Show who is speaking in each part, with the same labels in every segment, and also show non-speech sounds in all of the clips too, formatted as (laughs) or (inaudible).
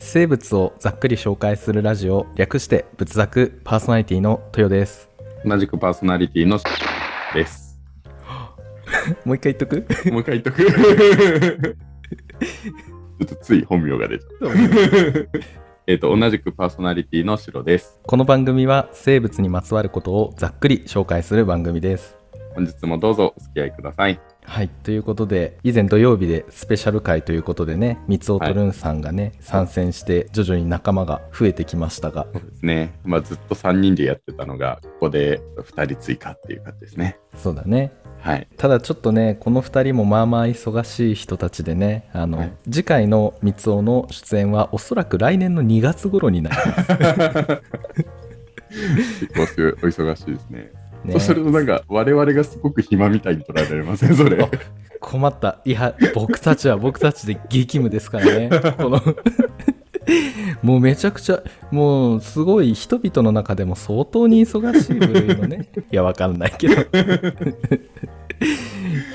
Speaker 1: 生物をざっくり紹介するラジオ略して仏作パーソナリティの豊です
Speaker 2: 同じくパーソナリティのです。
Speaker 1: もう一回言っとく
Speaker 2: もう一回言っとく。ちょっとつい本名が出ちゃった。えっと、同じくパーソナリティのシロです。
Speaker 1: この番組は生物にまつわることをざっくり紹介する番組です
Speaker 2: 本日もどうぞお付き合いください。
Speaker 1: はいということで以前土曜日でスペシャル回ということでね三尾トルンさんがね、参戦して徐々に仲間が増えてきましたが
Speaker 2: そうですね。まあ、ずっと3人でやってたのが、ここで2人追加っていう感じですね。
Speaker 1: そうだね
Speaker 2: はい。
Speaker 1: ただちょっとねこの2人もまあまあ忙しい人たちでねあの、
Speaker 2: はい
Speaker 1: 次回の三尾の出演はおそらく来年の2月頃になり (laughs) ます
Speaker 2: 結構すごいお忙しいですね。
Speaker 1: ね
Speaker 2: そうすると、なんか、我々がすごく暇みたいに取られません、それ
Speaker 1: あ。困ったいや僕たちは僕たちで激務ですからねこの (laughs) もうめちゃくちゃもうすごい人々の中でも相当に忙しい部類のねいやわかんないけど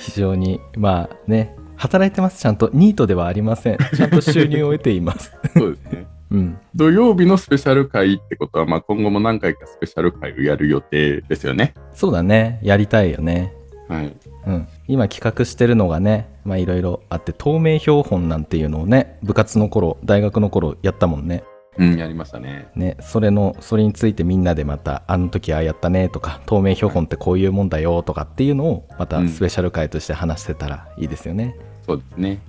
Speaker 1: 非常にまあね働いてますちゃんとニートではありませんちゃんと収入を得ています
Speaker 2: そうですね。
Speaker 1: うん
Speaker 2: 土曜日のスペシャル会ってことは、まあ、今後も何回かスペシャル会をやる予定ですよね。
Speaker 1: そうだねやりたいよね
Speaker 2: はい。
Speaker 1: うん、今企画してるのがねまあいろいろあって透明標本なんていうのをね部活の頃大学の頃やったもんね
Speaker 2: うん、やりましたね。
Speaker 1: ね、それのそれについてみんなでまたあの時ああやったねとか透明標本ってこういうもんだよとかっていうのをま
Speaker 2: う
Speaker 1: た
Speaker 2: ん
Speaker 1: スペシャル回として話してたらいいですよね、
Speaker 2: そうですね。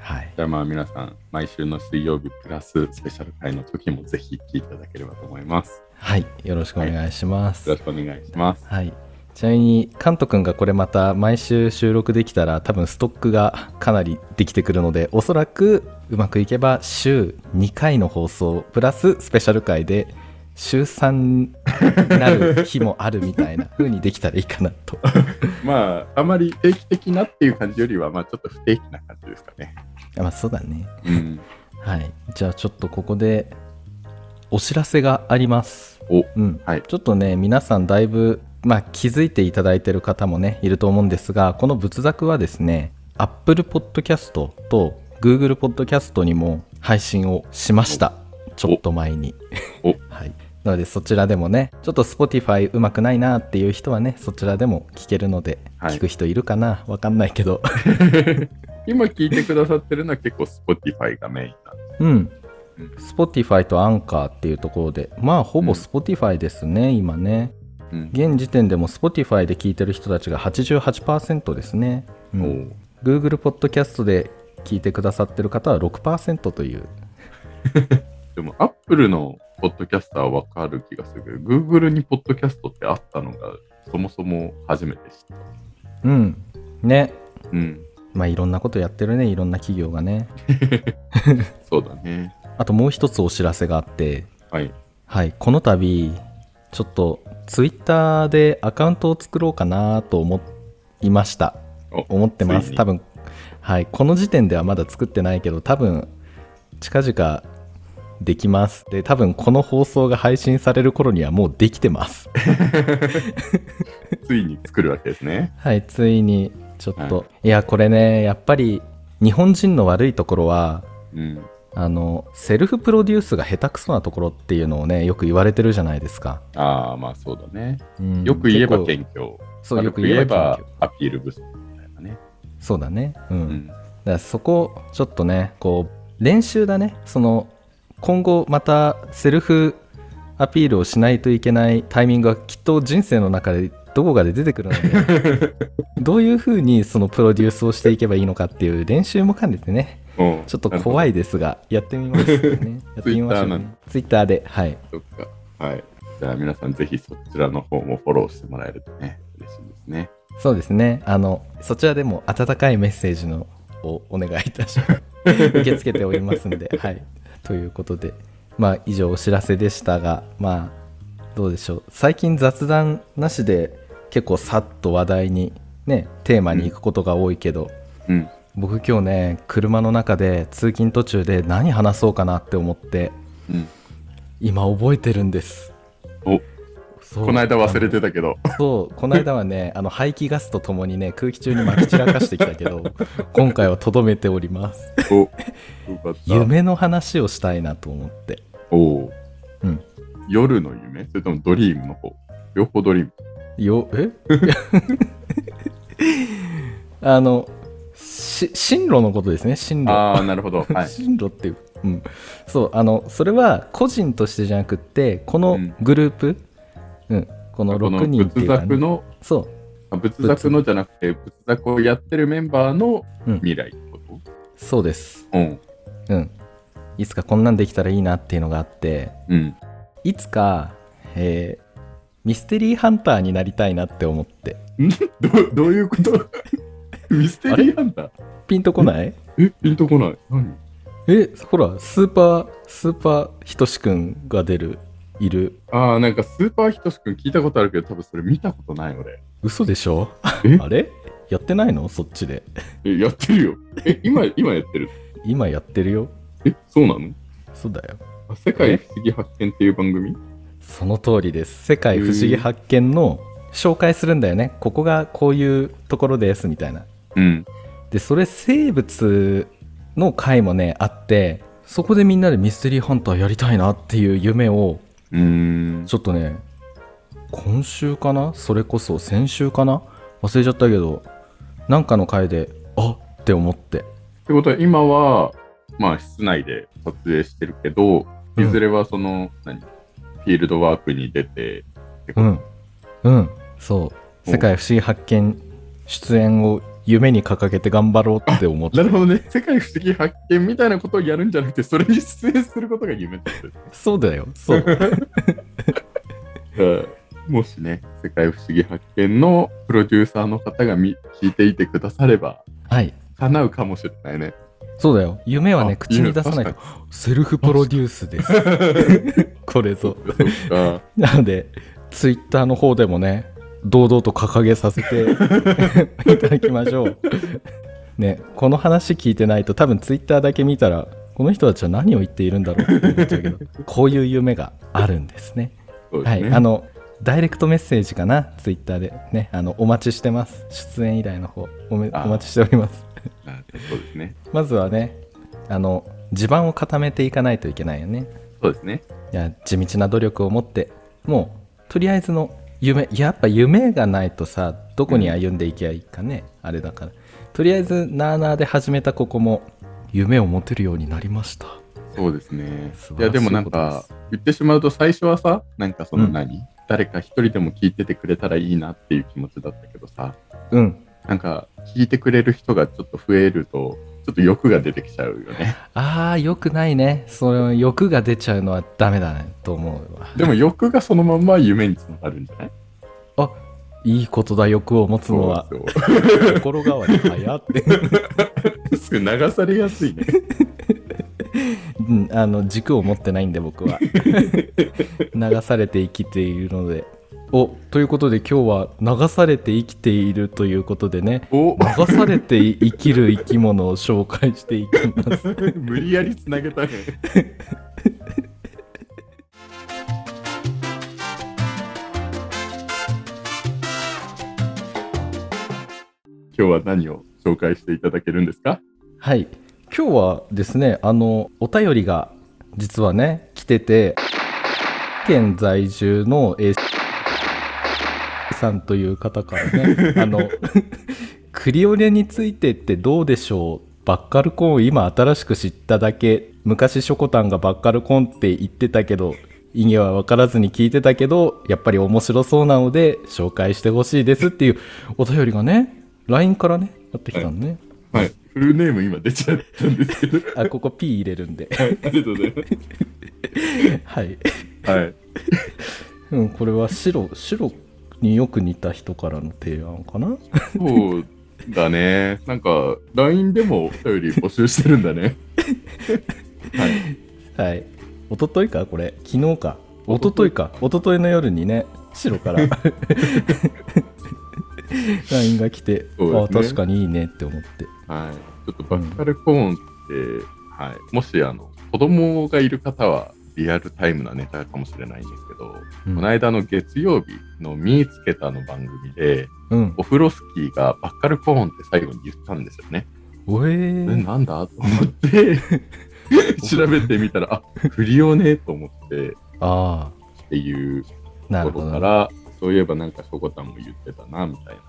Speaker 1: はい
Speaker 2: じゃあまあ皆さん、毎週の水曜日プラススペシャル会の時もぜひ聞いていただければと思います。
Speaker 1: はいよろしくお願いします、
Speaker 2: よ
Speaker 1: は
Speaker 2: ろしくお願いします。
Speaker 1: いちなみにカント君がこれまた毎週収録できたら多分ストックがかなりできてくるのでおそらくうまくいけば週2回の放送プラススペシャル回で週3になる日もあるみたいな風にできたらいいかなと (laughs)
Speaker 2: まあ、あまり定期的なっていう感じよりは、まあちょっと不定期な感じですかね。
Speaker 1: あまあそうだね
Speaker 2: うん。
Speaker 1: はい、じゃあちょっとここでお知らせがあります。
Speaker 2: お、
Speaker 1: うん
Speaker 2: はい
Speaker 1: ちょっとね皆さんだいぶ、まあ、気づいていただいてる方もねいると思うんですがこの仏作はですね Apple Podcast と Google Podcast にも配信をしましたちょっと前に
Speaker 2: お。
Speaker 1: (laughs) はいなのでそちらでもねちょっと Spotify うまくないなっていう人はねそちらでも聞けるので、
Speaker 2: はい
Speaker 1: 聞く人いるかなわかんないけど
Speaker 2: 今聞いてくださってるのは結構 Spotify がメインなんで
Speaker 1: うん
Speaker 2: うん。
Speaker 1: Spotify とアンカーっていうところで、まあほぼ
Speaker 2: うん
Speaker 1: Spotify ですね、今ね。
Speaker 2: うん
Speaker 1: 現時点でも Spotify で聞いてる人たちが88%ですね。う
Speaker 2: お
Speaker 1: ん
Speaker 2: ー
Speaker 1: Google ポッドキャストで聞いてくださってる方は6%という。
Speaker 2: でも Apple のポッドキャスターはわかる気がするけど、Google にポッドキャストってあったのがそもそも初めて知っ
Speaker 1: うん。ね。
Speaker 2: た。うん。
Speaker 1: まあいろんなことやってるね、いろんな企業がね。
Speaker 2: そうだね。
Speaker 1: あともう一つお知らせがあって、
Speaker 2: はい。
Speaker 1: はい、この度、ちょっと Twitter でアカウントを作ろうかなと思いました。
Speaker 2: お
Speaker 1: 思ってま
Speaker 2: つい
Speaker 1: す
Speaker 2: に
Speaker 1: 多分はいこの時点ではまだ作ってないけど多分近々できますで多分この放送が配信される頃にはもうできてます (laughs)
Speaker 2: ついに作るわけですね。
Speaker 1: はいついにちょっと、、
Speaker 2: はい
Speaker 1: やこれねやっぱり日本人の悪いところは
Speaker 2: うん。
Speaker 1: あのセルフプロデュースが下手くそなところっていうのをねよく言われてるじゃないですか、
Speaker 2: ああ、まあそうだね。
Speaker 1: うん
Speaker 2: よく言えば
Speaker 1: 結構
Speaker 2: 謙虚。
Speaker 1: そうよ
Speaker 2: よ
Speaker 1: く
Speaker 2: く
Speaker 1: 言
Speaker 2: 言
Speaker 1: え
Speaker 2: え
Speaker 1: ば
Speaker 2: ば
Speaker 1: 謙虚
Speaker 2: アピール不足みたいなね。
Speaker 1: そうだね
Speaker 2: う
Speaker 1: うん
Speaker 2: ん。
Speaker 1: だからそこちょっとねこう練習だねその今後またセルフアピールをしないといけないタイミングはきっと人生の中でどこかで出てくるのでどういうふうにそのプロデュースをしていけばいいのかっていう練習も兼ねてねちょっと怖
Speaker 2: い。
Speaker 1: いですがやってみますよねやってみましょう、
Speaker 2: Twitter な
Speaker 1: ね
Speaker 2: ん、
Speaker 1: ツイッターではい
Speaker 2: そっか。はい。じゃあ皆さんぜひそちらの方もフォローしてもらえるとね、嬉しいですね。
Speaker 1: そうですねあのそちらでも温かいメッセージのをお願いいたします
Speaker 2: (laughs)
Speaker 1: 受け付けておりますんではいということでまあ以上お知らせでしたがまあどうでしょう最近雑談なしで結構さっと話題にねテーマに行くことが多いけど、
Speaker 2: うん。
Speaker 1: 僕今日ね車の中で通勤途中で何話そうかなって思って
Speaker 2: うん。
Speaker 1: 今覚えてるんです
Speaker 2: お、
Speaker 1: そう
Speaker 2: この間忘れてたけど。
Speaker 1: そうこの間はねあの排気ガスとともにね空気中にまき散らかしてきた
Speaker 2: (laughs)
Speaker 1: けど今回はとどめております
Speaker 2: およかった。
Speaker 1: 夢の話をしたいなと思って
Speaker 2: おお、
Speaker 1: うん
Speaker 2: 夜の夢それともドリームの方両方ドリーム。
Speaker 1: よ
Speaker 2: (laughs)
Speaker 1: えあのし進路のことですね進路
Speaker 2: ああ、なるほど。
Speaker 1: (laughs)
Speaker 2: はい。
Speaker 1: 進路っていう、うん、そうあのそれは個人としてじゃなくってこのグループ、うんこの
Speaker 2: この
Speaker 1: 6人っていう
Speaker 2: 仏
Speaker 1: 感
Speaker 2: 作
Speaker 1: じ
Speaker 2: の、
Speaker 1: そう
Speaker 2: あ仏作のじゃなくて、仏作をやってるメンバーの
Speaker 1: うん
Speaker 2: 未来ってこと
Speaker 1: そうです
Speaker 2: うん。
Speaker 1: うんいつかこんなんできたらいいなっていうのがあって
Speaker 2: うん。
Speaker 1: いつか、えーミステリーハンターになりたいなって思って
Speaker 2: どどういうこと (laughs) ミステリーハンター
Speaker 1: ピンとこない
Speaker 2: え、ピンとこない。何
Speaker 1: えほらスーパースーパーひとしくんが出るいる
Speaker 2: ああ、なんかスーパーひとしくん聞いたことあるけど、多分それ見たことない俺。
Speaker 1: 嘘でしょ
Speaker 2: え
Speaker 1: あれやってないのそっちで
Speaker 2: え、やってるよ。え、 (laughs) 今、今やってる。
Speaker 1: 今やってるよ
Speaker 2: え、そうなの
Speaker 1: そうだよ
Speaker 2: あ世界不思議発見っていう番組
Speaker 1: その通りです世界不思議発見の紹介するんだよねここがこういうところですみたいな
Speaker 2: うん。
Speaker 1: でそれ生物の回もねあってそこでみんなでミステリーハンターやりたいなっていう夢を
Speaker 2: うーん。
Speaker 1: ちょっとね今週かなそれこそ先週かな忘れちゃったけどなんかの回であって思って
Speaker 2: ってことは今は、まあ、室内で撮影してるけど、
Speaker 1: う
Speaker 2: い
Speaker 1: ん
Speaker 2: ずれはその、何フィールドワークに出て、
Speaker 1: うんうんそう「世界不思議発見」出演を夢に掲げて頑張ろうって思って
Speaker 2: なるほどね、 (laughs) 世界不思議発見みたいなことをやるんじゃなくて、それに出演することが夢ってことで
Speaker 1: そうだよそう
Speaker 2: (laughs) すうんもしね、世界不思議発見のプロデューサーの方が見聞いていてくだされば、
Speaker 1: はい
Speaker 2: 叶うかもしれないね。
Speaker 1: そうだよ夢はね
Speaker 2: あ
Speaker 1: 口に出さないと
Speaker 2: 確
Speaker 1: セルフプロデュースです
Speaker 2: (laughs)
Speaker 1: これぞ
Speaker 2: あ
Speaker 1: なのでツイッターの方でもね堂々と掲げさせて (laughs) いただきましょうねこの話聞いてないと多分ツイッターだけ見たらこの人たちは何を言っているんだろうって思っちゃう
Speaker 2: (laughs)
Speaker 1: けどこういう夢があるんですね
Speaker 2: そうで
Speaker 1: は
Speaker 2: す
Speaker 1: い
Speaker 2: ね
Speaker 1: あのダイレクトメッセージかなツイッターでねあのお待ちしてます出演依頼の方おめお
Speaker 2: あ
Speaker 1: 待ちしております
Speaker 2: あそうですね。
Speaker 1: まずはねあの地盤を固めていかないといけないよね
Speaker 2: そうですね。
Speaker 1: いや地道な努力を持ってもうとりあえずの夢やっぱ夢がないとさどこに歩んでいけばいいかね、あれだからとりあえずなあなあで始めたここも夢を持てるようになりました
Speaker 2: そうですね
Speaker 1: 素。
Speaker 2: い
Speaker 1: 晴らしい
Speaker 2: やでもなん
Speaker 1: こ
Speaker 2: か
Speaker 1: と
Speaker 2: 言ってしまうと最初はさなんかそうの
Speaker 1: ん
Speaker 2: 何、誰か一人でも聞いててくれたらいいなっていう気持ちだったけどさ
Speaker 1: うん
Speaker 2: なんか聞いてくれる人がちょっと増えるとちょっと欲が出てきちゃうよ (laughs) ね。
Speaker 1: ああよくないねその欲が出ちゃうのはダメだねと思うわ
Speaker 2: でも欲がそのまんま夢につながるんじゃない
Speaker 1: あいいことだ欲を持つのは
Speaker 2: そう
Speaker 1: 心変わり早って
Speaker 2: そうすぐ流されやすいね。
Speaker 1: うん、あの軸を持ってないんで僕は流されて生きているのでおということで今日は流されて生きているということでね
Speaker 2: (laughs) お
Speaker 1: 流されて生きる生き物を紹介していきます
Speaker 2: (laughs) 無理やりつなげたね。 (laughs) 今日は何を紹介していただけるんですか
Speaker 1: はい今日はですねあのお便りが実はね来てて県在住のえーさんという方から
Speaker 2: (laughs)
Speaker 1: ねあの (laughs) クリオネについてってどうでしょうバッカルコーンを今新しく知っただけ昔ショコタンがバッカルコーンって言ってたけど意味は分からずに聞いてたけどやっぱり面白そうなので紹介してほしいですっていうお便りがね LINE からねやってきたのね、
Speaker 2: はい。フルネーム今出ちゃったんですけど。
Speaker 1: あここ P 入れるんで (laughs)
Speaker 2: はい。ありがとうございま
Speaker 1: はい、
Speaker 2: す。はい。
Speaker 1: うん、これは白白によく似た人からの提案かな
Speaker 2: そうだね。なんか、LINE でもお便り募集してるんだ
Speaker 1: (laughs)
Speaker 2: ね。はい。
Speaker 1: はい一昨日かこれ昨日か一昨日か一昨日の夜にね白から (laughs) LINE が来て、
Speaker 2: そう
Speaker 1: あ
Speaker 2: ですね
Speaker 1: 確かにいいねって思って
Speaker 2: はい。ちょっとバッカルコーンって、はい。もし、あの、子供がいる方は、リアルタイムなネタかもしれないんですけど、
Speaker 1: うん
Speaker 2: この間の月曜日の「見つけた」の番組で
Speaker 1: うん。
Speaker 2: オフロスキーがバッカルコーンって最後に言ったんですよね。
Speaker 1: おえ
Speaker 2: え
Speaker 1: ー、
Speaker 2: なんだと思って
Speaker 1: (laughs)
Speaker 2: 調べてみたらあ振りをねと思ってっ
Speaker 1: あ
Speaker 2: ていう
Speaker 1: あ、な
Speaker 2: と
Speaker 1: る
Speaker 2: こ
Speaker 1: ほ
Speaker 2: ろ
Speaker 1: ど。
Speaker 2: か
Speaker 1: あ
Speaker 2: らそういえばなんかしょこたんも言ってたなみたいな。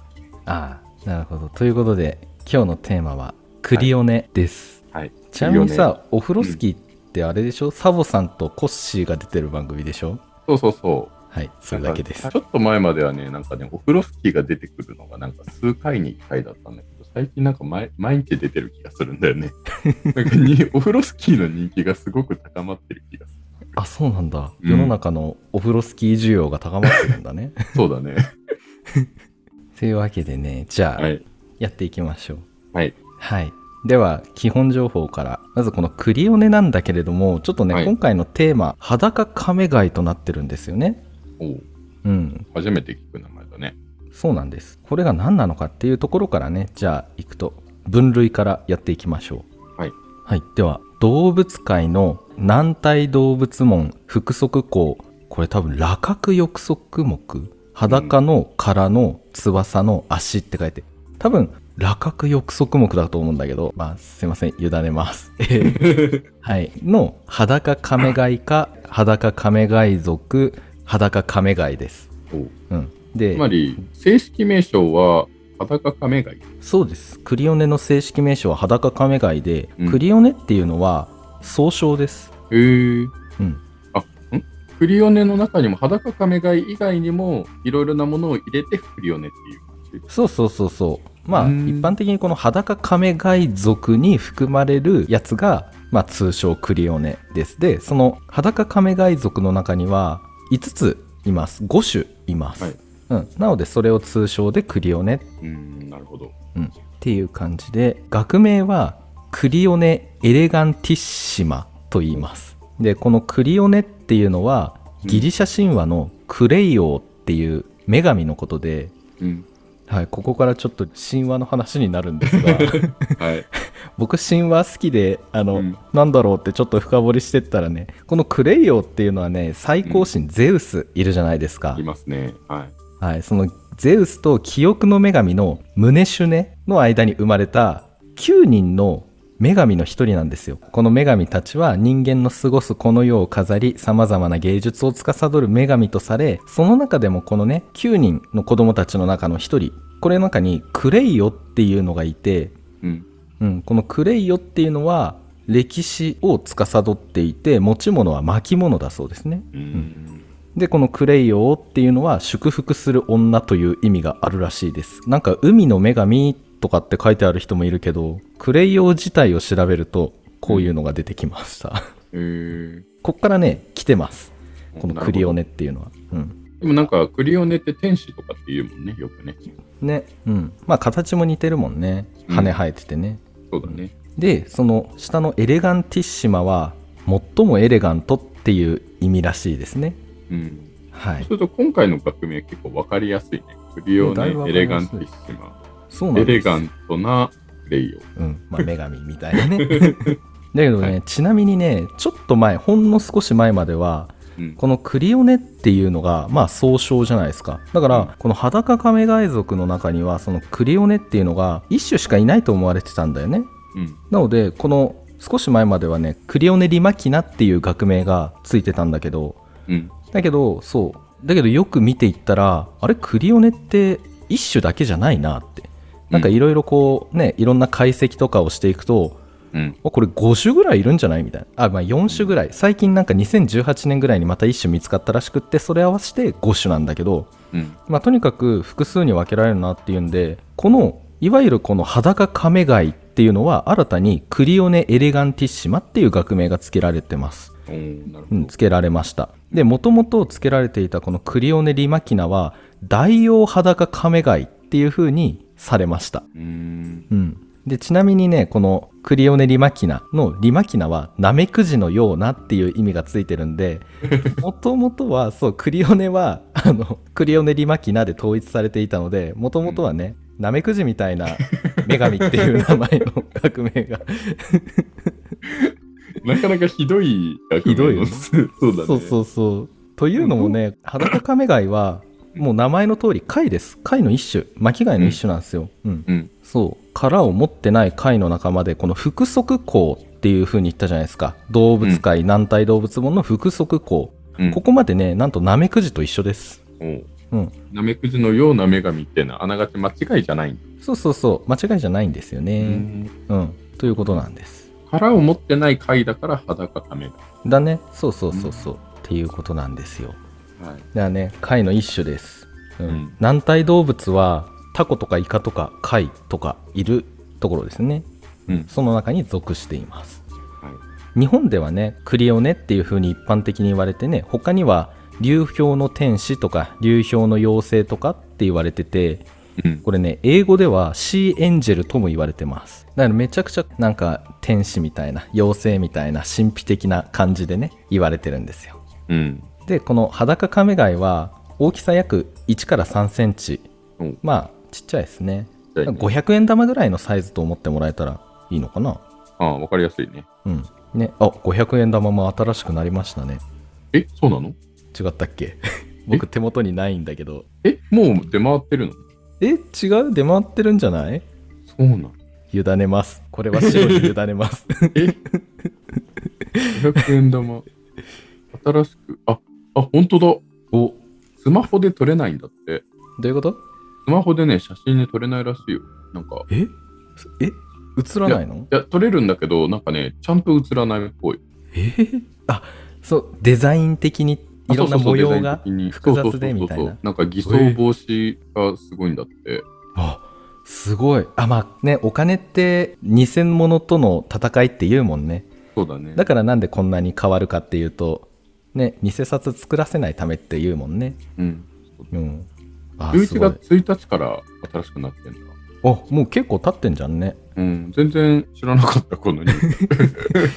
Speaker 1: あ、なるほど。ということで、今日のテーマは、クリオネです。
Speaker 2: はい、
Speaker 1: ちなみに
Speaker 2: いいよね
Speaker 1: さ、オフロスキーってあれでしょ、サボさんとコッシーが出てる番組でしょ
Speaker 2: そうそうそう
Speaker 1: はい、それだけです
Speaker 2: なん。かちょっと前まではね、なんかね、オフロスキーが出てくるのが、なんか数回に1回だったんだけど、最近なんか毎毎日出てる気がするんだ
Speaker 1: (laughs)
Speaker 2: よね。なんかにオフロスキーの人気がすごく高まってる気がする。
Speaker 1: あ、そうなんだ。
Speaker 2: うん
Speaker 1: 世の中のオフロスキー需要が高まってるんだ
Speaker 2: (laughs)
Speaker 1: ね。
Speaker 2: そう
Speaker 1: (laughs)
Speaker 2: だね。
Speaker 1: というわけでね、じゃあ、
Speaker 2: はい。
Speaker 1: やっていきましょう。
Speaker 2: はい。
Speaker 1: はい。では、基本情報から。まずこのクリオネなんだけれども、ちょっとね、
Speaker 2: はい
Speaker 1: 今回のテーマ、裸亀貝となってるんですよね。
Speaker 2: おう
Speaker 1: うん。
Speaker 2: 初めて聞く名前だね。
Speaker 1: そうなんです。これが何なのかっていうところからね、じゃあ、行くと、分類からやっていきましょう。
Speaker 2: はい。
Speaker 1: はい。では、動物界の軟体動物門、腹足項、これ多分、裸角翼足目、裸の殻の翼の足って書いて、多分、裸角翼足目だと思うんだけど、まあ、すいません、委ねます。えー
Speaker 2: (laughs)
Speaker 1: はい、の裸亀貝か裸亀貝属裸亀貝です。
Speaker 2: おう
Speaker 1: うん、で
Speaker 2: つまり、正式名称は、裸亀貝。
Speaker 1: そうですクリオネの正式名称は裸亀貝で、
Speaker 2: うん
Speaker 1: クリオネっていうのは総称です。
Speaker 2: へー
Speaker 1: うん、
Speaker 2: あ、んクリオネの中にも裸亀貝以外にもいろいろなものを入れてクリオネっていう感じ。
Speaker 1: そうそうそうそうまあ
Speaker 2: う
Speaker 1: 一
Speaker 2: ん
Speaker 1: 般的にこの裸亀貝属に含まれるやつが、まあ、通称クリオネですでその裸亀貝属の中には5ついます5種います、
Speaker 2: はい
Speaker 1: うん、なのでそれを通称でクリオネ
Speaker 2: うーん、なるほど。
Speaker 1: っていう感じで学名はクリオネ・エレガンティッシマと言いますでこのクリオネっていうのは
Speaker 2: うん
Speaker 1: ギリシャ神話のクレイオーっていう女神のことで、
Speaker 2: うん。
Speaker 1: はい、ここからちょっと神話の話になるんです
Speaker 2: (laughs)
Speaker 1: が
Speaker 2: はい。
Speaker 1: 僕神話好きであの、
Speaker 2: うん
Speaker 1: なんだろうってちょっと深掘りしてったらねこのクレイオーっていうのはね最高神ゼウスいるじゃないですか、
Speaker 2: いますね。はい。
Speaker 1: はい、そのゼウスと記憶の女神のムネシュネの間に生まれた9人の女神の一人なんですよこの女神たちは人間の過ごすこの世を飾りさまざまな芸術を司る女神とされその中でもこのね9人の子供たちの中の一人これの中にクレイオっていうのがいて、
Speaker 2: うん。
Speaker 1: うん、このクレイオっていうのは歴史を司っていて持ち物は巻物だそうですね
Speaker 2: うん。
Speaker 1: でこのクレイオーっていうのは祝福する女という意味があるらしいですなんか海の女神とかって書いてある人もいるけどクレイオー自体を調べるとこういうのが出てきました、
Speaker 2: えー、
Speaker 1: こっからね来てますこのクリオ
Speaker 2: ネ。
Speaker 1: ネっていうのはうん
Speaker 2: でもなんかクリオネって天使とかって言うもんね、よくね。
Speaker 1: ねうんまあ形も似てるもんね
Speaker 2: うん
Speaker 1: 羽生えててね、
Speaker 2: そうだね。
Speaker 1: でその下のエレガンティッシマは最もエレガントっていう意味らしいですね
Speaker 2: うん。
Speaker 1: は
Speaker 2: そう
Speaker 1: い
Speaker 2: すると今回の学名結構わかりやすいね。クリオ
Speaker 1: うんだいぶ
Speaker 2: ネ、
Speaker 1: わ
Speaker 2: エ
Speaker 1: かり
Speaker 2: レガ
Speaker 1: や
Speaker 2: ン
Speaker 1: す
Speaker 2: テ
Speaker 1: い
Speaker 2: ィッシマ。
Speaker 1: そうなんで
Speaker 2: エ
Speaker 1: す
Speaker 2: レガントなクレイオ。
Speaker 1: うん、 (laughs) まあ女神みたいな (laughs) ね。だけどね、ちなみにね、ちょっと前、ほんの少し前までは、
Speaker 2: うん。
Speaker 1: このクリオネっていうのが、まあ、総称じゃないですか。だから、
Speaker 2: うん
Speaker 1: この裸亀貝族の中には、そのクリオネっていうのが、一種しかいないと思われてたんだよね。
Speaker 2: うん。
Speaker 1: なので、この少し前まではね、クリオネリマキナっていう学名がついてたんだけど、
Speaker 2: うん。
Speaker 1: だけど、そう。だけど、よく見ていったら、あれ、クリオネって一種だけじゃないなって。なんかいろいろこうね、いろんな解析とかをしていくと、
Speaker 2: うん。
Speaker 1: あこれ5種ぐらいいるんじゃないみたいなあ、まあ、4種ぐらい最近なんか2018年ぐらいにまた1種見つかったらしくってそれ合わせて5種なんだけど、
Speaker 2: うん。
Speaker 1: まあ、とにかく複数に分けられるなっていうんでこのいわゆるこの裸亀貝っていうのは新たにクリオネ・エレガンティッシマっていう学名が付けられてます
Speaker 2: おーなる
Speaker 1: う
Speaker 2: ほ
Speaker 1: ん、
Speaker 2: ど。
Speaker 1: つけられましたでもともとつけられていたこのクリオネ・リマキナは大王裸亀貝っていう風にされました
Speaker 2: うーん。
Speaker 1: うん、でちなみにねこのクリオネリマキナのリマキナはナメクジのようなっていう意味がついてるんでもともとはそうクリオネはあのクリオネリマキナで統一されていたのでもともとはね、ナメクジみたいな女神っていう名前の革命が
Speaker 2: なかなかひどい額
Speaker 1: ひどいよ
Speaker 2: の
Speaker 1: ね
Speaker 2: (laughs) そうだね。
Speaker 1: そうそうそう。というのもね、ハダタカメガイは、もう名前の通り貝です。貝の一種、巻き貝の一種なんですよ。うん。
Speaker 2: うん
Speaker 1: そう。殻を持ってない貝の仲間で、この腹足孔っていう風に言ったじゃないですか。動物界、軟体動物門の腹足孔。
Speaker 2: うん
Speaker 1: ここまでね、なんとナメクジと一緒です。
Speaker 2: おう
Speaker 1: うん
Speaker 2: ナメクジのような女神っていうのはあながち間違いじゃないんだ
Speaker 1: そうそうそう。間違いじゃないんですよ
Speaker 2: ね、
Speaker 1: ね。うん。ということなんです。
Speaker 2: 殻を持ってない貝だから裸ため
Speaker 1: だね。そうそうそうそう。っていうことなんですよ。
Speaker 2: だ。はい。
Speaker 1: だからね貝の一種です、うん
Speaker 2: うん
Speaker 1: 軟体動物はタコとかイカとか貝とかいるところですね
Speaker 2: うん。
Speaker 1: その中に属しています
Speaker 2: はい。
Speaker 1: 日本ではねクリオネっていう風に一般的に言われてね他には流氷の天使とか流氷の妖精とかって言われてて
Speaker 2: うん。
Speaker 1: これね英語ではシーエンジェルとも言われてますだからめちゃくちゃなんか天使みたいな妖精みたいな神秘的な感じでね言われてるんですよ
Speaker 2: うん。
Speaker 1: でこの裸カメ貝は大きさ約1から3センチ
Speaker 2: おう
Speaker 1: まあちっちゃいですね
Speaker 2: じゃあね
Speaker 1: 500円玉ぐらいのサイズと思ってもらえたらいいのかな
Speaker 2: ああ、わかりやすいね。
Speaker 1: うんねあ500円玉も新しくなりましたね
Speaker 2: え、そうなの
Speaker 1: 違ったっけ僕手元にないんだけど
Speaker 2: え、もう出回ってるの
Speaker 1: え違う出回ってるんじゃない
Speaker 2: そうなの
Speaker 1: 委ねますこれは白に委ねます
Speaker 2: (laughs) え ?500 円玉。 (laughs) 新しく。あ、あ、本当だ。
Speaker 1: おど
Speaker 2: スマホで撮れないんだって。
Speaker 1: ういうこと
Speaker 2: スマホでね、写真で撮れないらしいよ。なんか、
Speaker 1: ええ映らないの
Speaker 2: いや、撮れるんだけど、なんかね、ちゃんと映らないっぽい。
Speaker 1: えーあそうデザイン的に
Speaker 2: あ
Speaker 1: いろんな
Speaker 2: そうそうそう
Speaker 1: 模様
Speaker 2: デザイ
Speaker 1: が
Speaker 2: ン的に
Speaker 1: 複
Speaker 2: そうそ
Speaker 1: 雑
Speaker 2: うそう
Speaker 1: で
Speaker 2: そう
Speaker 1: みたいな
Speaker 2: なんか偽装防止がすごいんだって。
Speaker 1: あすごいあまあねお金って偽物との戦いって言うもんね
Speaker 2: そうだね。
Speaker 1: だからなんでこんなに変わるかっていうとね偽札作らせないためって言うもんね
Speaker 2: うん。
Speaker 1: うんあす
Speaker 2: 11
Speaker 1: ごい
Speaker 2: 月1日から新しくなってんだ。
Speaker 1: あもう結構経ってんじゃんね
Speaker 2: うん、全然知らなかった、この
Speaker 1: (laughs)
Speaker 2: ニュー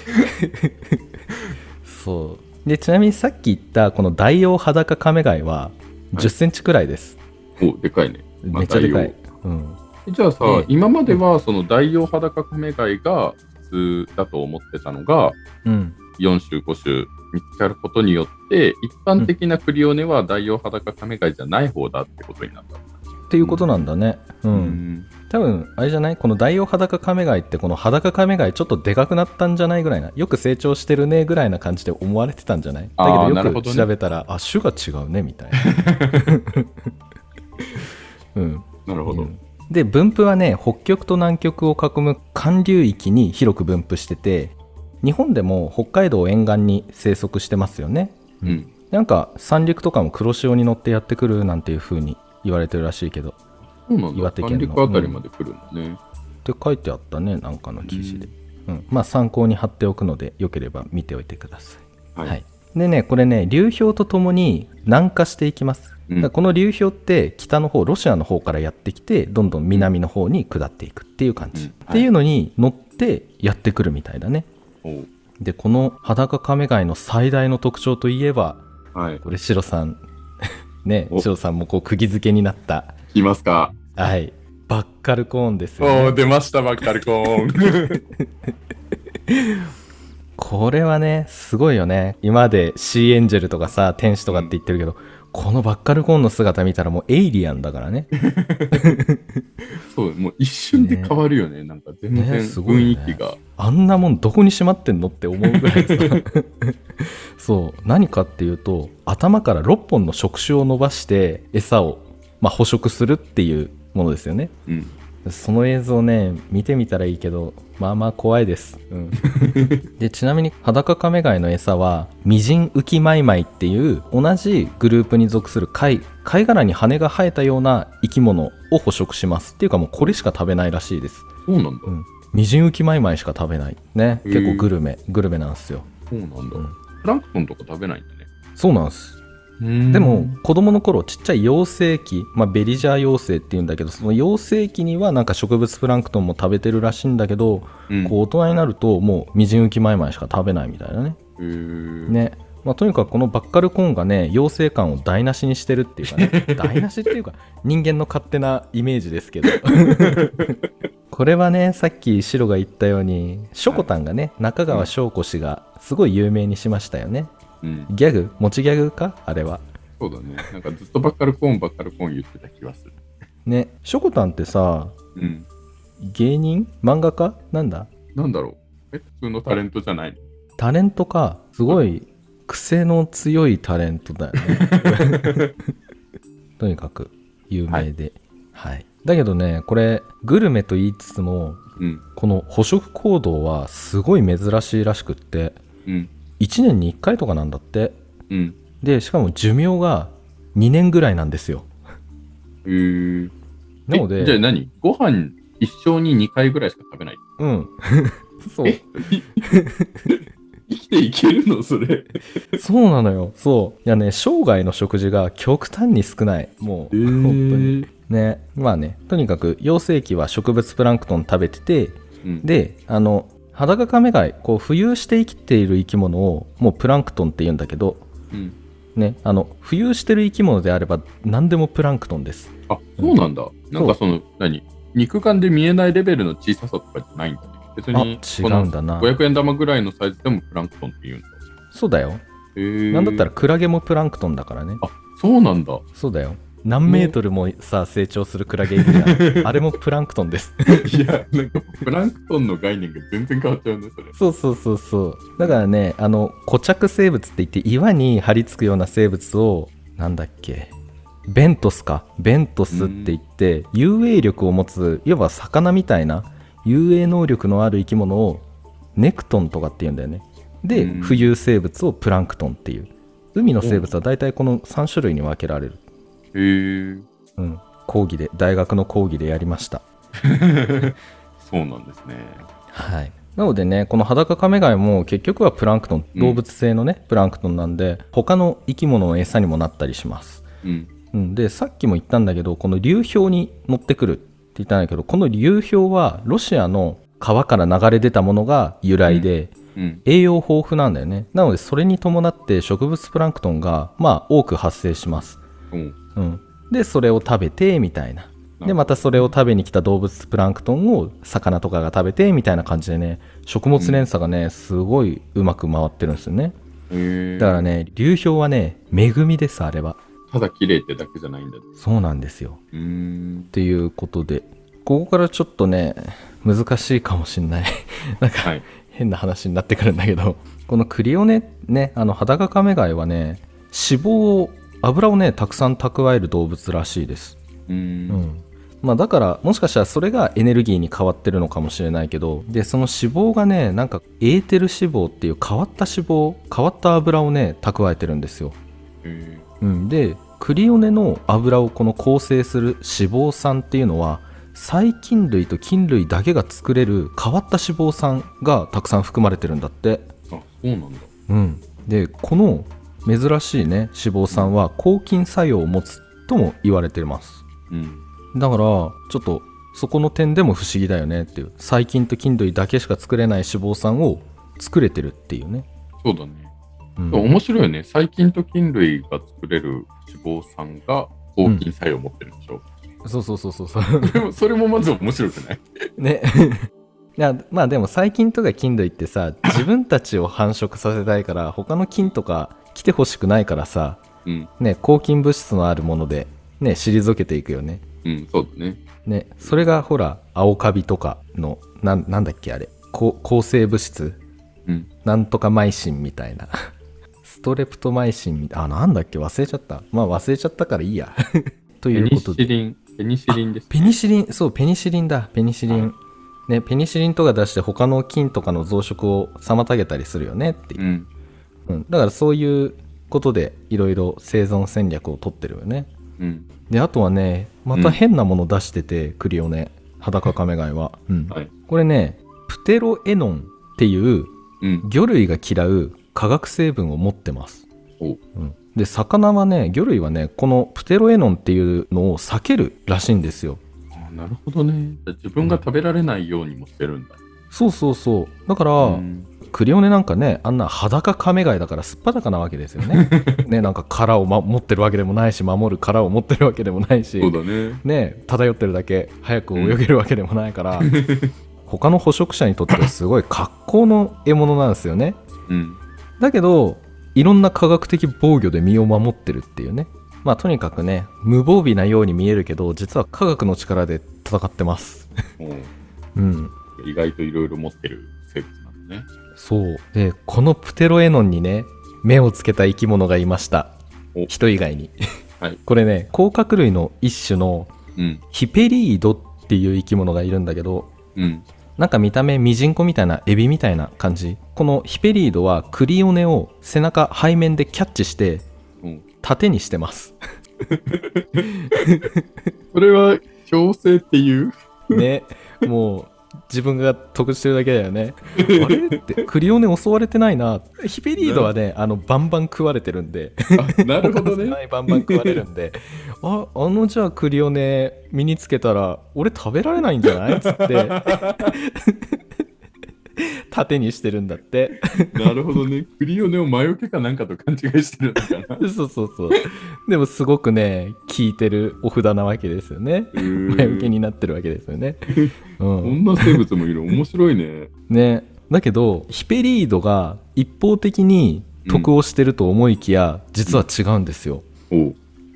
Speaker 2: ス
Speaker 1: そうでちなみにさっき言ったこの大王裸カメ貝は1 0ンチくらいです、
Speaker 2: お、でかいね。まあ
Speaker 1: めっちゃでかい
Speaker 2: 大、
Speaker 1: うん、
Speaker 2: 王じゃあさ、
Speaker 1: ええ
Speaker 2: 今まではその大用裸カメ貝が普通だと思ってたのが、
Speaker 1: うん、
Speaker 2: 4種、5種見つかることによって、一般的なクリオネは大用裸カメ貝じゃない方だってことになった。
Speaker 1: っていうことなんだねうん多分あれじゃないこの大王裸カメガイってこの裸カメガイちょっとでかくなったんじゃないぐらいなよく成長してるねぐらいな感じで思われてたんじゃないだ
Speaker 2: あー
Speaker 1: け
Speaker 2: な
Speaker 1: どよ
Speaker 2: るほ
Speaker 1: く
Speaker 2: どね
Speaker 1: 調べたら、あ種が違うねみ
Speaker 2: (laughs)
Speaker 1: たいなうん
Speaker 2: なるほど。
Speaker 1: うんで分布はね北極と南極を囲む寒流域に広く分布してて日本でも北海道沿岸に生息してますよね
Speaker 2: うん。
Speaker 1: なんか三陸とかも黒潮に乗ってやってくるなんていう風に言われてるらしいけど
Speaker 2: そうなんだ。
Speaker 1: 岩手県
Speaker 2: 三
Speaker 1: の
Speaker 2: 陸あたりまで来るんだね。
Speaker 1: って書いてあったねなんかの記事で、うんまあ参考に貼っておくのでよければ見ておいてください、
Speaker 2: はい
Speaker 1: でねこれね流氷とともに南下していきます、
Speaker 2: うん
Speaker 1: だからこの流氷って北の方ロシアの方からやってきてどんどん南の方に下っていくっていう感じ、
Speaker 2: うん
Speaker 1: っていうのに乗ってやってくるみたいだね
Speaker 2: おう
Speaker 1: でこの裸カメ貝の最大の特徴といえば
Speaker 2: はい。
Speaker 1: これシロさん (laughs) ね
Speaker 2: お
Speaker 1: シロさんもこう釘付けになった
Speaker 2: いきますか。
Speaker 1: はいバッカルコーンですよ、ね、
Speaker 2: おー出ました、バッカルコーン。
Speaker 1: これはねすごいよね今までシーエンジェルとかさ天使とかって言ってるけど、このバッカルコーンの姿見たらもうエイリアンだからね
Speaker 2: (laughs) そう、もう一瞬で変わるよね。なんか全然
Speaker 1: ねすごい
Speaker 2: 雰
Speaker 1: ね
Speaker 2: 囲気が。
Speaker 1: あんなもんどこにしまってんのって思うぐらいさそう何かっていうと頭から6本の触手を伸ばして餌を、まあ、捕食するっていうものですよね
Speaker 2: うん。
Speaker 1: その映像ね見てみたらいいけどまあまあ怖いです、うん
Speaker 2: (laughs)
Speaker 1: でちなみにハダカカメガイの餌はミジンウキマイマイっていう同じグループに属する貝貝殻に羽が生えたような生き物を捕食しますっていうかもうこれしか食べないらしいです
Speaker 2: そうなんだ。
Speaker 1: うんミジンウキマイマイしか食べないね
Speaker 2: へー
Speaker 1: 結構グルメグルメなんですよ、
Speaker 2: そうなんだ。
Speaker 1: うん
Speaker 2: プランクトンとか食べないんだね。
Speaker 1: そうなんですでも子供の頃ちっちゃい幼生期、まあ、ベリジャー幼生っていうんだけどその幼生期にはなんか植物プランクトンも食べてるらしいんだけど
Speaker 2: うん、
Speaker 1: こう大人になるともうみじん浮きまいまいしか食べないみたいなね。
Speaker 2: う、ん、
Speaker 1: ねまあ、とにかくこのバッカルコーンがね妖精感を台無しにしてるって
Speaker 2: (laughs)
Speaker 1: いうかね台無しっていうか人間の勝手なイメージですけどこれはねさっき白が言ったようにしょこたんがね、中川翔子氏がすごい有名にしましたよね
Speaker 2: うん。
Speaker 1: ギャグ持ちギャグかあれは
Speaker 2: そうだね。なんかずっとバッカルコーン、バッカルコーン言ってた気がする。
Speaker 1: ねしょこたんってさ
Speaker 2: うん。
Speaker 1: 芸人漫画家なんだ
Speaker 2: なんだろう。え、普通のタレントじゃないの
Speaker 1: タレントかすごい癖の強いタレントだよね
Speaker 2: (laughs)
Speaker 1: とにかく有名で、はいだけどねこれグルメと言いつつも
Speaker 2: うん。
Speaker 1: この捕食行動はすごい珍しいらしくって
Speaker 2: うん。
Speaker 1: 1年に1回とかなんだって
Speaker 2: うん。
Speaker 1: でしかも寿命が2年ぐらいなんですよ
Speaker 2: えー、
Speaker 1: なの
Speaker 2: えじゃあ
Speaker 1: で
Speaker 2: 何ご飯一生に2回ぐらいしか食べない。
Speaker 1: うん
Speaker 2: (laughs)
Speaker 1: そう
Speaker 2: え生きていけるのそれ。
Speaker 1: そうなのよそういやね生涯の食事が極端に少ないもう、本当に
Speaker 2: に。
Speaker 1: ねまあねとにかく幼生期は植物プランクトン食べてて
Speaker 2: うん、
Speaker 1: であのハダカカメガイこう浮遊して生きている生き物をもうプランクトンって言うんだけど
Speaker 2: うん
Speaker 1: ねあの浮遊してる生き物であれば何でもプランクトンです
Speaker 2: あそうなんだ。なんかその、何肉眼で見えないレベルの小ささとかじゃないんだね。別
Speaker 1: あ
Speaker 2: に、
Speaker 1: 違うんだな
Speaker 2: この500円玉ぐらいのサイズでもプランクトンって言うんだ。
Speaker 1: そうだよ
Speaker 2: へー
Speaker 1: なんだったらクラゲもプランクトンだからね
Speaker 2: あそうなんだ。
Speaker 1: そうだよ何メートルもさ成長するクラゲいるじゃん
Speaker 2: (laughs)
Speaker 1: あれもプランクトンです
Speaker 2: (laughs) いや、なんかプランクトンの概念が全然変わっちゃうね、それ。
Speaker 1: そうそうそうそうだからねあの固着生物って言って岩に張り付くような生物をなんだっけベントスかベントスって言って遊泳力を持ついわば魚みたいな遊泳能力のある生き物をネクトンとかって言うんだよねで
Speaker 2: うん
Speaker 1: 浮遊生物をプランクトンっていう海の生物は大体この3種類に分けられる、
Speaker 2: へー
Speaker 1: うん、講義で大学の講義でやりました
Speaker 2: そうなんですね。
Speaker 1: はい、なのでねこのハダカカメガイも結局はプランクトン
Speaker 2: うん
Speaker 1: 動物性のね、プランクトンなんで他の生き物の餌にもなったりします、
Speaker 2: うん。
Speaker 1: うん、でさっきも言ったんだけどこの流氷に乗ってくるって言ったんだけどこの流氷はロシアの川から流れ出たものが由来で、
Speaker 2: うん。
Speaker 1: 栄養豊富なんだよねなのでそれに伴って植物プランクトンがまあ多く発生します、
Speaker 2: うん
Speaker 1: うん、でそれを食べてみたいなでまたそれを食べに来た動物プランクトンを魚とかが食べてみたいな感じでね食物連鎖がねすごいうまく回ってるんですよね
Speaker 2: へー
Speaker 1: だからね流氷はね恵みですあれは
Speaker 2: ただ綺麗ってだけじゃないんだ。う
Speaker 1: そうなんですよ
Speaker 2: ーん。
Speaker 1: ということでここからちょっとね難しいかもしんない (laughs) なんか
Speaker 2: はい。
Speaker 1: 変な話になってくるんだけどこのクリオネねあのハダカカメガイはね脂肪を油をねたくさん蓄える動物らしいです
Speaker 2: うーん。
Speaker 1: うんまあ、だからもしかしたらそれがエネルギーに変わってるのかもしれないけどでその脂肪がねなんかエーテル脂肪っていう変わった脂肪変わった油をね蓄えてるんですよ、
Speaker 2: へ
Speaker 1: うん、でクリオネの油をこの構成する脂肪酸っていうのは細菌類と菌類だけが作れる変わった脂肪酸がたくさん含まれてるんだって、
Speaker 2: ーあ、そうなんだ。
Speaker 1: うん、でこの珍しいね脂肪酸は抗菌作用を持つとも言われています
Speaker 2: うん。
Speaker 1: だからちょっとそこの点でも不思議だよねっていう細菌と菌類だけしか作れない脂肪酸を作れてるっていうね、
Speaker 2: そうだね。
Speaker 1: うん
Speaker 2: でも面白いよね。細菌と菌類が作れる脂肪酸が抗菌作用を持ってるんでしょ。
Speaker 1: そうそうそうそうそう
Speaker 2: でもそれもまず面白くない
Speaker 1: (laughs) ねいやまあでも細菌とか菌類ってさ自分たちを繁殖させたいから他の菌とか来てほしくないからさ、
Speaker 2: うん。
Speaker 1: ね、抗菌物質のあるもので、ね、退けていくよね
Speaker 2: うん、そうだね。
Speaker 1: ねそれがほら青カビとかのなんなんだっけあれこ抗生物質
Speaker 2: うん。
Speaker 1: なんとかマイシンみたいなストレプトマイシンみたいあなんだっけ忘れちゃったまあ忘れちゃったからいいや (laughs) と
Speaker 2: ペ
Speaker 1: いう
Speaker 2: ニ
Speaker 1: こと
Speaker 2: シ
Speaker 1: で
Speaker 2: リン、ペニシリンです。
Speaker 1: ペニシリンそうペニシリンだペニシリン、ね、ペニシリンとか出して他の菌とかの増殖を妨げたりするよねっていう
Speaker 2: う、ん。
Speaker 1: うんだからそういうことでいろいろ生存戦略を取ってるよね
Speaker 2: うん。
Speaker 1: であとはねまた変なもの出してて、クリオネハダカカメガイは、うん
Speaker 2: はい。
Speaker 1: これねプテロエノンっていう
Speaker 2: うん。
Speaker 1: 魚類が嫌う化学成分を持ってます、
Speaker 2: お
Speaker 1: うん、で魚はね魚類はねこのプテロエノンっていうのを避けるらしいんですよ
Speaker 2: あなるほどね。じゃあ自分が食べられないようにもしてるんだ。
Speaker 1: そうそうそうだから、
Speaker 2: うん
Speaker 1: クリオネなんかねあんな裸亀貝だからすっぱだかなわけですよ
Speaker 2: (laughs)
Speaker 1: ねねなんか殻を、ま、持ってるわけでもないし守る殻を持ってるわけでもないし
Speaker 2: そうだね。
Speaker 1: ね漂ってるだけ早く泳げるわけでもない
Speaker 2: (laughs)
Speaker 1: から、他の捕食者にとってはすごい格好の獲物なんですよね
Speaker 2: うん。
Speaker 1: だけどいろんな科学的防御で身を守ってるっていうねまあとにかくね無防備なように見えるけど実は科学の力で戦ってます
Speaker 2: も
Speaker 1: うん
Speaker 2: う意外といろいろ持ってる生物なんだね。
Speaker 1: そうでこのプテロエノンにね目をつけた生き物がいました
Speaker 2: お
Speaker 1: 人以外に、
Speaker 2: はい
Speaker 1: (laughs) これね甲殻類の一種の
Speaker 2: うん。
Speaker 1: ヒペリードっていう生き物がいるんだけど
Speaker 2: うん。
Speaker 1: なんか見た目ミジンコみたいなエビみたいな感じこのヒペリードはクリオネを背中背面でキャッチして
Speaker 2: うん、
Speaker 1: 縦にしてます
Speaker 2: それは強制っていう
Speaker 1: ねもう自分が得してるだけだよねあれってクリオネ襲われてないなヒペリードはねあのバンバン食われてるんで
Speaker 2: あなるほどね。
Speaker 1: (laughs) はいバンバン食われるんでああのじゃあクリオネ身につけたら俺食べられないんじゃないつって
Speaker 2: (laughs)
Speaker 1: 縦にしてるんだって
Speaker 2: なるほどね。クリオネを魔除けかなんかと勘違いしてるの
Speaker 1: (laughs)
Speaker 2: かな。
Speaker 1: そうそうそう。でもすごくね、効いてるお札なわけですよね。前
Speaker 2: 前
Speaker 1: 受けになってるわけですよね。う
Speaker 2: こ
Speaker 1: ん、
Speaker 2: んな生物もいる。面白いね。
Speaker 1: ねだけどヒペリードが一方的に得をしてると思いきや、実は違うんですよ。
Speaker 2: おう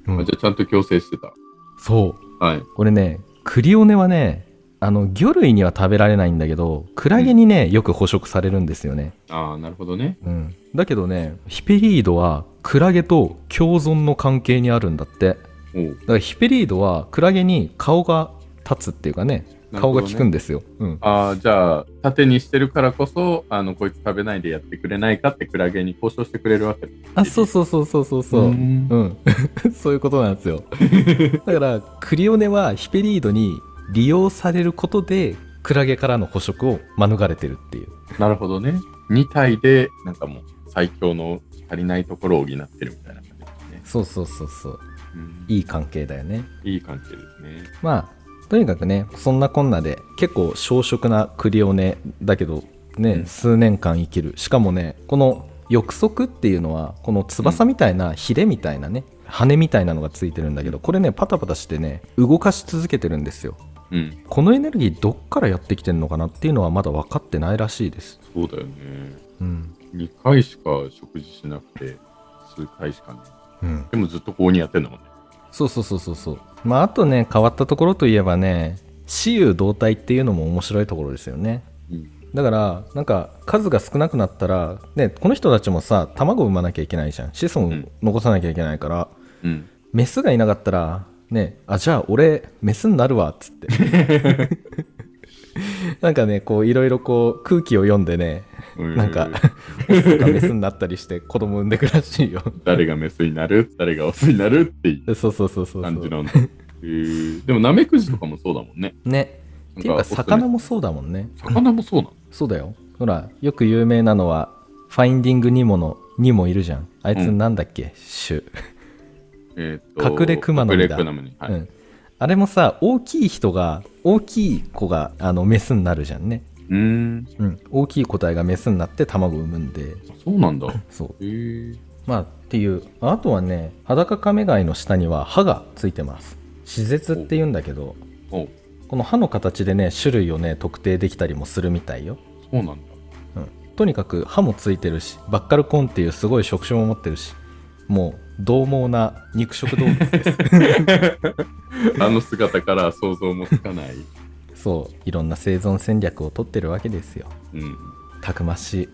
Speaker 1: うん
Speaker 2: あじゃあちゃんと強制してた。
Speaker 1: そう
Speaker 2: はい。
Speaker 1: これねクリオネはねあの魚類には食べられないんだけどクラゲにねよく捕食されるんですよね。
Speaker 2: ああ、なるほどね。
Speaker 1: うん、だけどねヒペリードはクラゲと共存の関係にあるんだって。
Speaker 2: おう
Speaker 1: だからヒペリードはクラゲに顔が立つっていうかね
Speaker 2: なる
Speaker 1: 顔
Speaker 2: ほどね
Speaker 1: が効くんですよ、うん、
Speaker 2: ああ、じゃあ、縦にしてるからこそ、あの、こいつ食べないでやってくれないかってクラゲに交渉してくれるわけだ。
Speaker 1: あそうそうそうそうそうそううん、 (laughs)
Speaker 2: ん
Speaker 1: そういうことなんです (laughs) よだからクリオネはヒペリードに利用されることでクラゲからの捕食を免れてるっていう
Speaker 2: なるほどね。2体で、なんかもう、最強の足りないところを補ってるみたいな感じですね。
Speaker 1: そうそうそうそう
Speaker 2: うん
Speaker 1: いい関係だよね
Speaker 2: いい関係ですね。
Speaker 1: まあとにかくねそんなこんなで結構小食なクリオネだけどね、
Speaker 2: うん
Speaker 1: 数年間生きるしかもねこの翼足っていうのはこの翼みたいなヒレみたいなね、羽みたいなのがついてるんだけどこれねパタパタしてね動かし続けてるんですよ
Speaker 2: うん。
Speaker 1: このエネルギーどっからやってきてるのかなっていうのはまだ分かってないらしいです
Speaker 2: そうだよね。
Speaker 1: うん
Speaker 2: 2回しか食事しなくて、数回しかね。
Speaker 1: うん
Speaker 2: でもずっとこうにやってんだもんね。
Speaker 1: そうそうそうそうそうまああとね変わったところといえばね雌雄同体っていうのも面白いところですよね
Speaker 2: うん。
Speaker 1: だからなんか数が少なくなったら、ね、この人たちもさ卵を産まなきゃいけないじゃん子孫を残さなきゃいけないから、
Speaker 2: うん。
Speaker 1: メスがいなかったら、ね、あじゃあ俺メスになるわっつって (laughs) なんかねこういろいろこう空気を読んでねなんかオスがメスになったりして子供産んでくらしい
Speaker 2: (laughs)
Speaker 1: よ
Speaker 2: 誰がメスになる誰がオスになるっていう
Speaker 1: そうそうそうそうそ
Speaker 2: 感じ
Speaker 1: う (laughs)
Speaker 2: なんだ。へーでもナメクジとかもそうだもんね。
Speaker 1: ねっていう
Speaker 2: なん
Speaker 1: か
Speaker 2: オスね
Speaker 1: 魚もそうだもんね
Speaker 2: 魚もそうなの
Speaker 1: そうだよほらよく有名なのは「ファインディング・ニモ」のニモいるじゃんあいつなんだっけ、種
Speaker 2: えーと
Speaker 1: 隠れ熊の実だ
Speaker 2: 隠れ熊の実は
Speaker 1: う
Speaker 2: い
Speaker 1: ん、あれもさ大きい人が大きい子があのメスになるじゃんね、
Speaker 2: うーん。
Speaker 1: うん、大きい個体がメスになって卵を産むんで
Speaker 2: あそうなんだ。へ
Speaker 1: そう
Speaker 2: え。
Speaker 1: まあっていうあとはね裸カメ貝の下には歯がついてます歯舌って言うんだけど
Speaker 2: お
Speaker 1: この歯の形でね種類をね特定できたりもするみたいよ、
Speaker 2: そうなんだ。
Speaker 1: うん、とにかく歯もついてるしバッカルコンっていうすごい触手も持ってるしもう獰猛な肉食動物です
Speaker 2: あの姿から想像もつかない。 (laughs)
Speaker 1: そういろんな生存戦略をとってるわけですよ
Speaker 2: うん。
Speaker 1: たくましい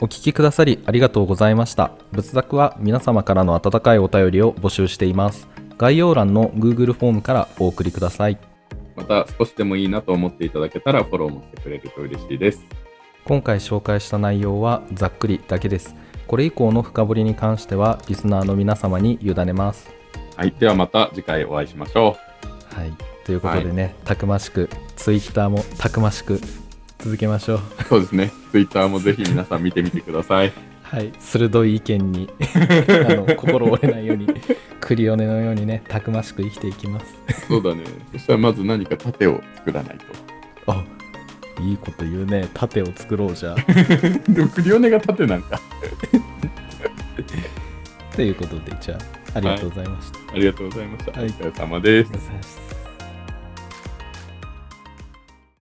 Speaker 1: お聞きくださりありがとうございました仏作は皆様からの温かいお便りを募集しています概要欄の Google フォームからお送りください
Speaker 2: また少しでもいいなと思っていただけたらフォローもしてくれると嬉しいです。
Speaker 1: 今回紹介した内容はざっくりだけですこれ以降の深掘りに関してはリスナーの皆様に委ねます
Speaker 2: はい。ではまた次回お会いしましょ
Speaker 1: はいということでね、たくましく Twitter もたくましく続けましょう
Speaker 2: う。そうですね。Twitter もぜひ皆さん見てみてください。
Speaker 1: (laughs) はい鋭い意見に (laughs) あの心折れないようにクリオネのようにねたくましく生きていきます
Speaker 2: そうだね。そしたらまず何か盾を作らない
Speaker 1: (laughs)
Speaker 2: と。
Speaker 1: あいいこと言うね盾を作ろうじゃ
Speaker 2: (laughs) でもクリオネが縦なんか。
Speaker 1: (laughs) ということでじゃあありがとうございました、
Speaker 2: ありがとうございました。
Speaker 1: はい
Speaker 2: お疲れ様です
Speaker 1: ありがとうございます